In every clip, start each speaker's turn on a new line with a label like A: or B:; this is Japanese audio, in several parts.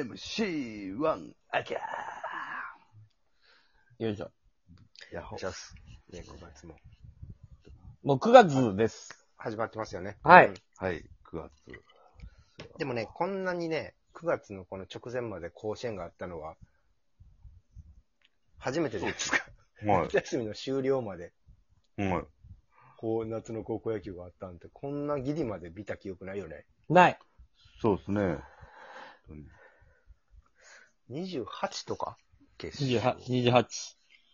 A: 4MC1 アキャー
B: よいしょ。
C: いや、
A: ほ
C: ジャス。ね、5月も。
B: もう9月です。
C: 始まってますよね。
B: はい
C: うん
A: はい、9月。
C: でもね、こんなにね、9月のこの直前まで甲子園があったのは、初めてじゃないですか。
A: は
C: 夏休みの終了まで、
A: い、はい。
C: こう、夏の高校野球があったんで、こんなギリまで見た記憶ないよね。
B: ない。
A: そうですね。
C: 28とか決
B: 28
C: 勝。。
B: 28。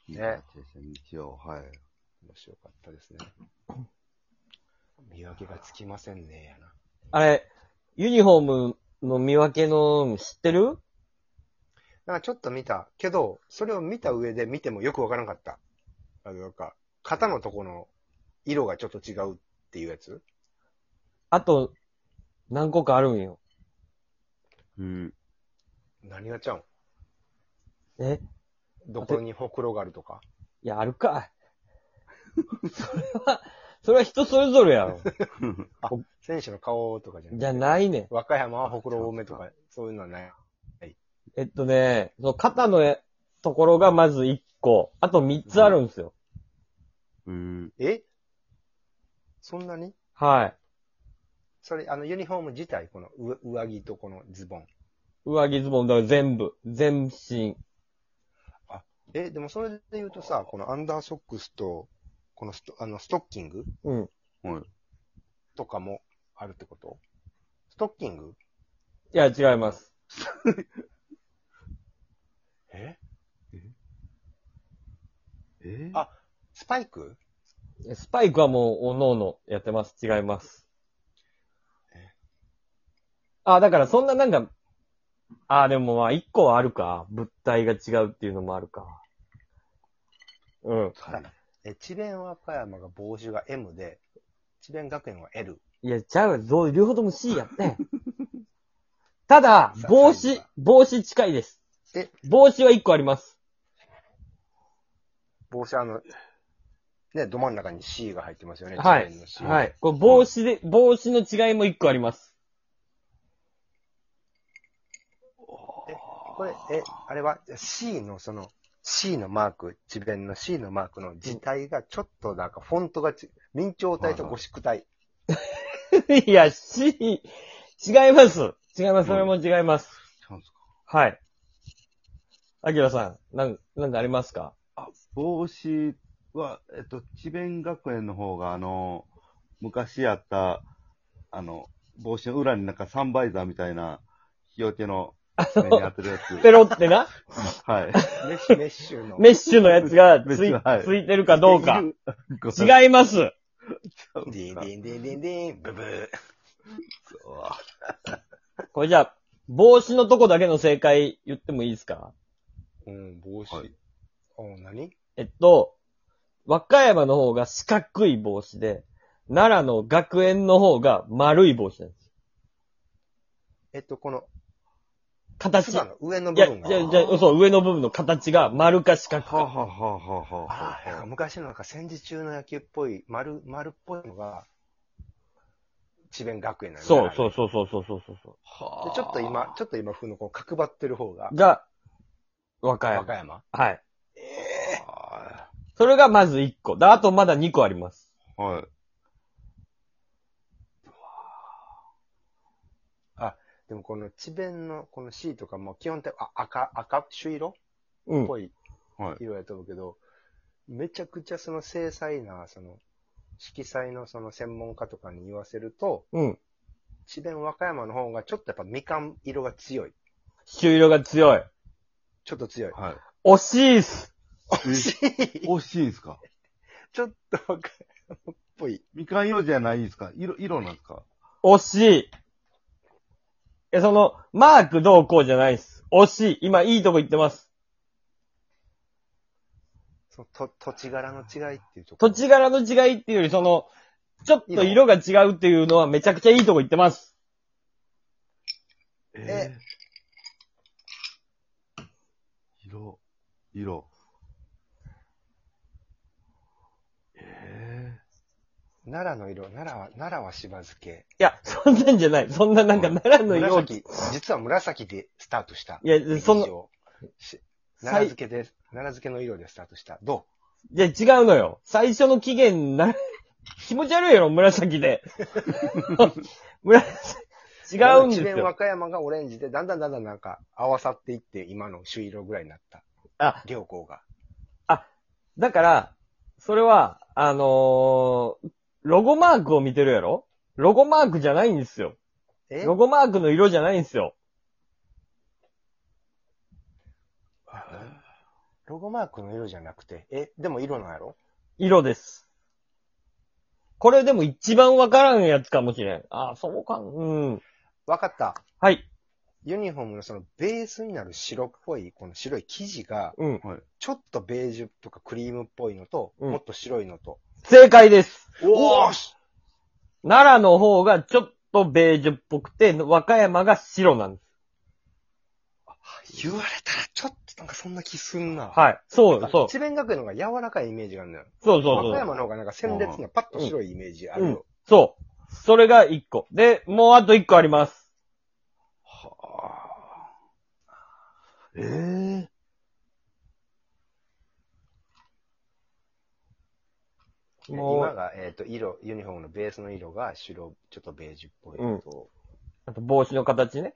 C: ね
A: 日曜、はい。
C: 面白かったですね。見分けがつきませんね、やな。
B: あれ、ユニフォームの見分けの、知ってる
C: なんかちょっと見た。けど、それを見た上で見てもよくわからなかった。あの、なんか、肩のとこの色がちょっと違うっていうやつ
B: あと、何個かあるんよ。
A: うん。
C: 何がちゃうん
B: え
C: どこにほくろがあるとか。
B: いや、あるか。 それは、それは人それぞれやろ。
C: 選手の顔とかじゃない。
B: じゃないね。
C: 和歌山はほくろ多めとか、そういうのはない。
B: えっとね、その肩のえところがまず1個、あと3つあるんですよ。
A: うん。
C: えそんなに
B: はい。
C: それ、あの、ユニフォーム自体、この上上着とこのズボン。
B: 上着ズボン、だから全部。全身。
C: え、でもそれで言うとさ、このアンダーソックスと、このストあのストッキング
B: うん。
A: はい。
C: とかもあるってことストッキング
B: いや、違います。
C: え
A: え
C: あスパイク
B: スパイクはもう、おのおのやってます。違います
C: え。
B: あ、だからそんななんか、あ、でもまあ、一個はあるか。物体が違うっていうのもあるか。うん。
A: はい。
C: え、智弁和歌山が帽子が M で、智弁学園は L。
B: いや、ちゃうぞ、両方とも C や って。ただ、帽
C: サイズ
B: 子
C: が、
B: 帽子近いです。
C: え
B: 帽子は一個あります。
C: 帽子あの、ね、ど真ん中に C が入ってますよね。
B: はい
C: 智弁の C
B: はい。これ帽子で、帽子の違いも一個あります。
C: これ、え、あれは C のその、C のマーク、智弁の C のマークの字体がちょっとなんかフォントがち、明朝体とゴシック体。
B: いや、C、違います。違います。それも違います。
A: チャンスか。
B: はい。アキラさん、なん、なんかありますか
A: あ、帽子は、えっと、智弁学園の方が、あの、昔やった、あの、帽子の裏になんかサンバイザーみたいな、日よけ の、目に当てるや
B: ペ
A: つ。
B: ロってな、
A: はい。
C: メッシュ、メッシュの
B: メッシュのやつが
A: メッ
B: つ
A: シ
B: い
A: ュはい
B: ついてるかど うか。
A: 違
B: 違います。
A: う
C: ディンディンディンディンディン、ブブー。
B: これじゃあ、帽子のとこだけの正解言ってもいいですか
C: うん、帽子。
A: はい
C: お何
B: えっと、和歌山の方が四角い帽子で、奈良の学園の方が丸い帽子なんです。
C: えっと、この、
B: 形。
C: つ
B: い
C: ばの上の部
B: や、
C: 分が。
B: じゃ、じゃ、そう、上の部分の形が丸か四角
A: はあ
B: か。
A: はあはあはあは
C: ああ、なん
A: あ
C: か。昔のなんか戦時中の野球っぽい、丸、丸っぽいのが、智弁学園なんだ。
B: そうそううそうそうそうそうそう。
C: あ
A: は
C: れでちょっと今、ちょっと今風のこう角張ってる方が、
B: が、和歌
C: 和
B: 山。
C: 歌山。
B: はい。
A: は
B: それがまず1個。であとまだ2個あります。
A: い。はい。
C: でもこの智弁のこの C とかも基本的にあ赤、赤、朱色
B: う
C: っ
B: ん。
C: ぽい
A: はい。
C: 色やと思うけど、めちゃくちゃその精細な、その、色彩のその専門家とかに言わせると、
B: うん。
C: 智弁和歌山の方がちょっとやっぱみかん色が強い。
B: 朱色が強い。
C: ちょっと強い。
A: はい。
B: 惜しいっす。
A: 惜しいんすか
C: ちょっと和歌山っぽい。
A: みかん色じゃないんすか色、色なんすか
B: 惜しい。え、その、マークどうこうじゃないっす。惜しい。今いいとこ行ってます。
C: そのと土地柄の違いっていうとこ
B: 土地柄の違いっていうより、その、ちょっと色が違うっていうのはめちゃくちゃいいとこ行ってます。
C: え
A: ー色、色。え
C: 奈良の色、奈良は、奈良はしば漬け。
B: いや、そんなんじゃない。そんななんか
A: うん
B: 奈良のよう
C: 紫、実は紫でスタートした。
B: いや、その、
C: の、し
B: さ
C: 奈
B: い
C: 良漬けで、奈良漬けの色でスタートした。ど
B: いや、違うのよ。最初の期限な、 気持ち悪いやろ、紫 で。紫、
C: う
B: 違うんです
C: 智弁和
B: よ。
C: 歌山がオレンジで、だんだんだんだんなんか合わさっていって、今の朱色ぐらいになった。
B: あ、
C: 両校が。
B: だから、それは、あのーロゴマークを見てるやろロゴマークじゃないんですよ。
C: え
B: ロゴマークの色じゃないんですよ。
C: あロゴマークの色じゃなくて、え、でも色なんやろ
B: 色です。これでも一番わからんやつかもしれん。あ、そうか、うん。
C: わかった。
B: はい。
C: ユニフォームのそのベースになる白っぽい、この白い生地が、
B: うん。
C: ちょっとベージュとかクリームっぽいのと、
B: うん
C: もっと白いのと。
B: 正解です。
C: おーし
B: 奈良の方がちょっとベージュっぽくて、和歌山が白なんです。
C: 言われたらちょっとなんかそんな気すんな。
B: はい。そう、そう。
C: 智弁学園の方が柔らかいイメージがあるのよ。
B: そうそう
C: 和歌
B: そう。
C: 山の方がなんか鮮烈なパッと白いイメージあるよ。
B: そう。それが1個。で、もうあと1個あります。
A: はあ。ええ
C: え
B: も
C: 今
B: う、
C: が、えっ、と、色、ユニフォームのベースの色が白、ちょっとベージュっぽいのと、
B: あと帽子の形ね。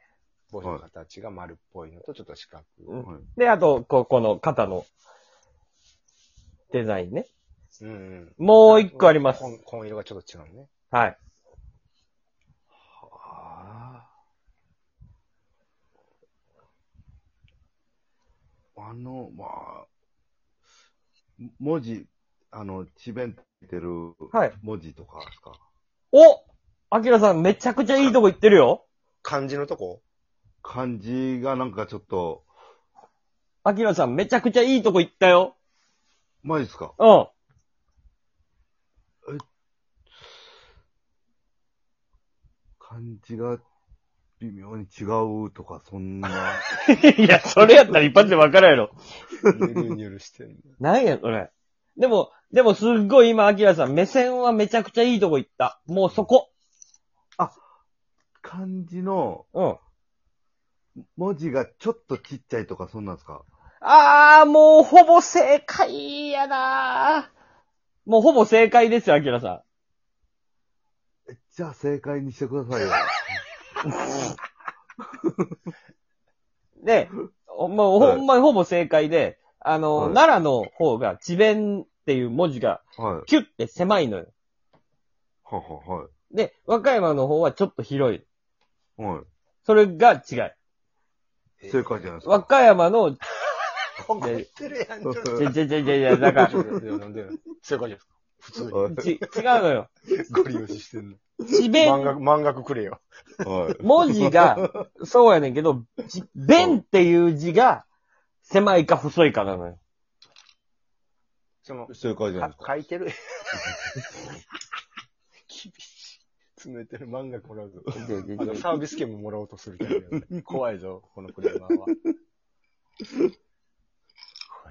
C: 帽子の形が丸っぽいのと、ちょっと四角。
A: ー
B: うん。
A: はい
B: で、あと、こ、この肩のデザインね。
C: うんうん。
B: もう1個あります。
C: 紺紺色がちょっと違うね。
B: はい。
A: はあ。あの、まあ、文字、あの、ちべんってる
B: はい
A: 文字とかですか、
B: おアキラさんめちゃくちゃいいとこ行ってるよ。
C: 漢字の とこ
A: 漢字がなんかちょっと、
B: アキラさんめちゃくちゃいいとこ行ったよ。
A: マジですか
B: うん。
A: 漢字が微妙に違うとか、そんな。
B: いや、それやったら一発で分からんやろ。
C: ニュルニュルしてんの。
B: なんや、それ。でも、でもすっごい今、アキラさん目線はめちゃくちゃいいとこ行った。もうそこ。
A: 漢字の
B: うん。
A: 文字がちょっとちっちゃいとか、そんなんですか
B: あー、もうほぼ正解やなーもうほぼ正解ですよ、アキラさ
A: じゃあ正解にしてくださいよ。
B: ん。で、おもう
A: はい
B: ほんまにほぼ正解で、あの、
A: はい
B: 奈良の方が、智弁っていう文字が、
A: はい。
B: キュッて狭いのよ。
A: はは、はい。
B: で、和歌山の方はちょっと広い。
A: は
B: それが違い。
A: い。正解じゃないです
B: 和
A: か。
B: 歌山の、
C: 怒ってるやん、ちょっと。
B: じゃじゃじゃじゃじゃ、だから、
C: なんで正解じゃないですか。普通に。
A: はい。
B: ち、違うのよ。
C: ゴリ押ししてん の。
B: 智
C: 満
B: 弁、
C: 額、満額くれよ。
A: はい。
B: 文字が、そうやねんけど、じ弁っていう字が、狭いか細いかなのよ。
C: その、
A: 正解じゃない
C: か
A: ですか。
C: 書いてる。 厳しい。詰めてる漫画もらう ぞ。
B: じゃじゃ
C: あ
B: じゃ
C: とサービス券ももらおうとするタイプや ね怖いぞ、このクレーマーは。怖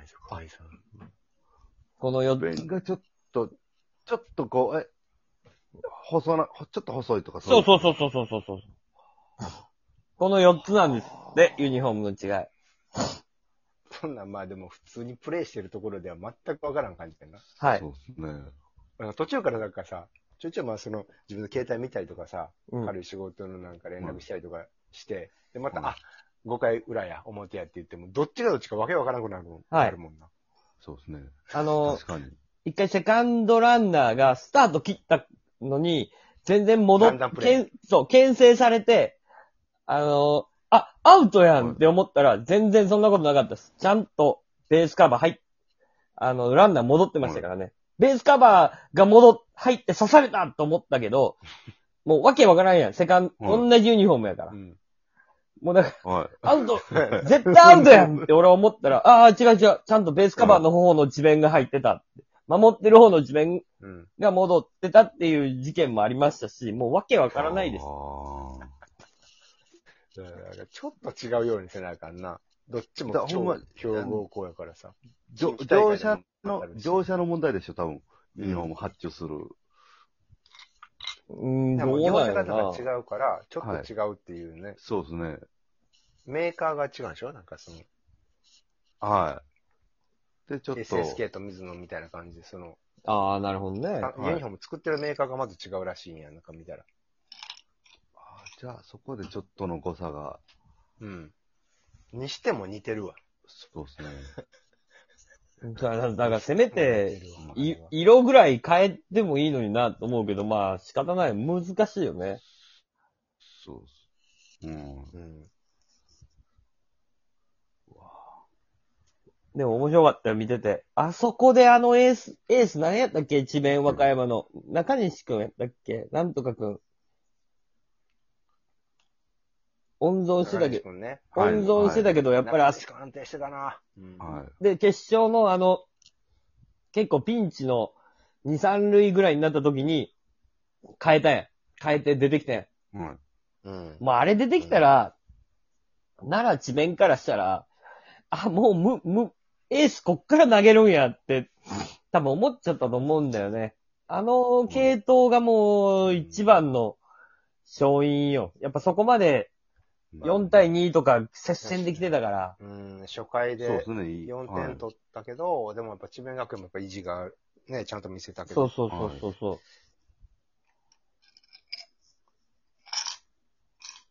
C: いぞ、怖いぞ。
B: この4つ
A: 弁。がちょっと、ちょっとこう、え、細な、ほちょっと細いとか
B: そうそう
A: う。
B: そうそうそうそうそう。この4つなんです。で、ユニフォームの違い。
C: そんなん、まあでも普通にプレイしてるところでは全くわからん感じだな。
B: はい
A: そ。うですね。
C: なんか途中からなんかさ、ちょいちょいまあその、自分の携帯見たりとかさ、
B: うん
C: ある仕事のなんか連絡したりとかして、で、また、
A: うん
C: あ、5回裏や、表やって言っても、どっちがどっちかわけわからなくなるもん,、
B: はい
C: なるもんな。
A: そうですね。
B: あの
A: 確、かに。
B: 一回セカンドランナーがスタート切ったのに、全然戻
C: ランダム
B: っ
C: プ
B: け
C: レ
B: ん、そう、牽制されて、あの、あ、アウトやんって思ったら、全然そんなことなかったです。ちゃんとベースカバー入っ、あの、ランナー戻ってましたからね。ベースカバーが戻っ、入って刺されたと思ったけ ど、もうわけわからんやん。セカンド、
A: は
B: 同じユニフォームやから
C: う。ん。
B: もうだから
A: はい。
B: アウ ト絶対アウトやんって俺は思ったら、ああ、違う違う。ちゃんとベースカバーの方の地面が入ってたって。守ってる方の地面
C: うん。
B: が戻ってたっていう事件もありましたし、もうわけわからないです
A: あ。ー
C: だからちょっと違うようにせなあかんな。どっちも
A: だほんま
C: 超強豪校やからさ。
A: じょ
C: 近畿
A: 乗
C: 大会で
A: 車の
C: もある、し
A: 乗車の問題でしょ、多分。
C: うん
A: ユニフォーム発注する。
B: うん、
C: で
B: ど
C: も
B: う
C: 読
B: なんや
C: み方が
B: ろ
C: 違
B: な。
C: うから、ちょっと違うっていうね、
A: そうですね。
C: メーカーが違うんでしょなんかその、
A: はい。で、ちょっと、
C: SSK と水野みたいな感じで、その、
B: ああ、なるほどね。
C: あ
A: はい
C: ユニフォーム作ってるメーカーがまず違うらしいんや、なんか見たら。
A: あじゃあそこでちょっとの誤差が、
C: うん。にしても似てるわ。
A: そう ですね。
B: だだだから、せめて、
C: 似て
B: い
C: るわ、
B: 色ぐらい変えてもいいのになと思うけど、まあ仕方ない。難しいよね。
A: そうです。うん。
C: うん。
B: でも面白かったよ、見てて。あそこであのエース、エース何やったっけ智弁和歌山の。中西くんやったっけなんとかくん。温存してたけど、
C: ど。ね。
A: 中
B: 温
A: 西君はい
B: 存してたけど、やっぱりあ
C: 中
B: そ
C: 西君安定してたな。うん
A: は
B: で、決勝のあの、結構ピンチの2、3塁ぐらいになった時に、変えたんや。変えて出てきたんや。
A: い。はい。
C: うん。
B: もうあれ出てきたら、奈良智弁からしたら、あ、もうむ、む、エースこっから投げるんやって、多分思っちゃったと思うんだよね。あの系統がもう一番の勝因よ。やっぱそこまで4対2とか接戦できてたから。
C: うん、初回
A: そうで
C: です
A: ね。いい
C: 4
A: はい
C: 点取ったけど、でもやっぱ智弁学園もやっぱ意地がね、ちゃんと見せたけ
B: そ
C: ど。
B: うそうそうそうそ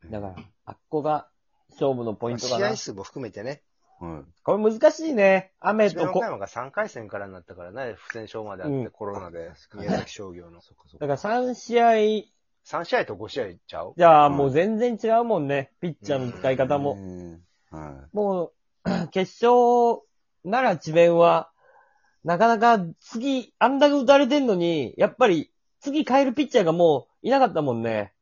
B: う。だから、あっこが勝負のポイントか
C: まあ試
B: な
C: 合。数も含めてね、
A: はい。
B: これ難しいね。雨
C: 智
B: と
C: 弁和
B: こ
C: 歌、山が3回戦からになったからね、不戦勝まであって、
B: うん
C: コロナで
A: 確、かに
C: 宮崎商業の。
A: そっかそっ
B: だ
A: か。
B: から3試合
C: 3試合と5試合ちゃう
B: じゃあ、
A: うん
B: もう全然違うもんね。ピッチャーの使い方も。
A: ねえ。は
B: もう、決勝、奈良智弁は、なかなか次、あんだけ打たれてんのに、やっぱり、次変えるピッチャーがもういなかったもんね。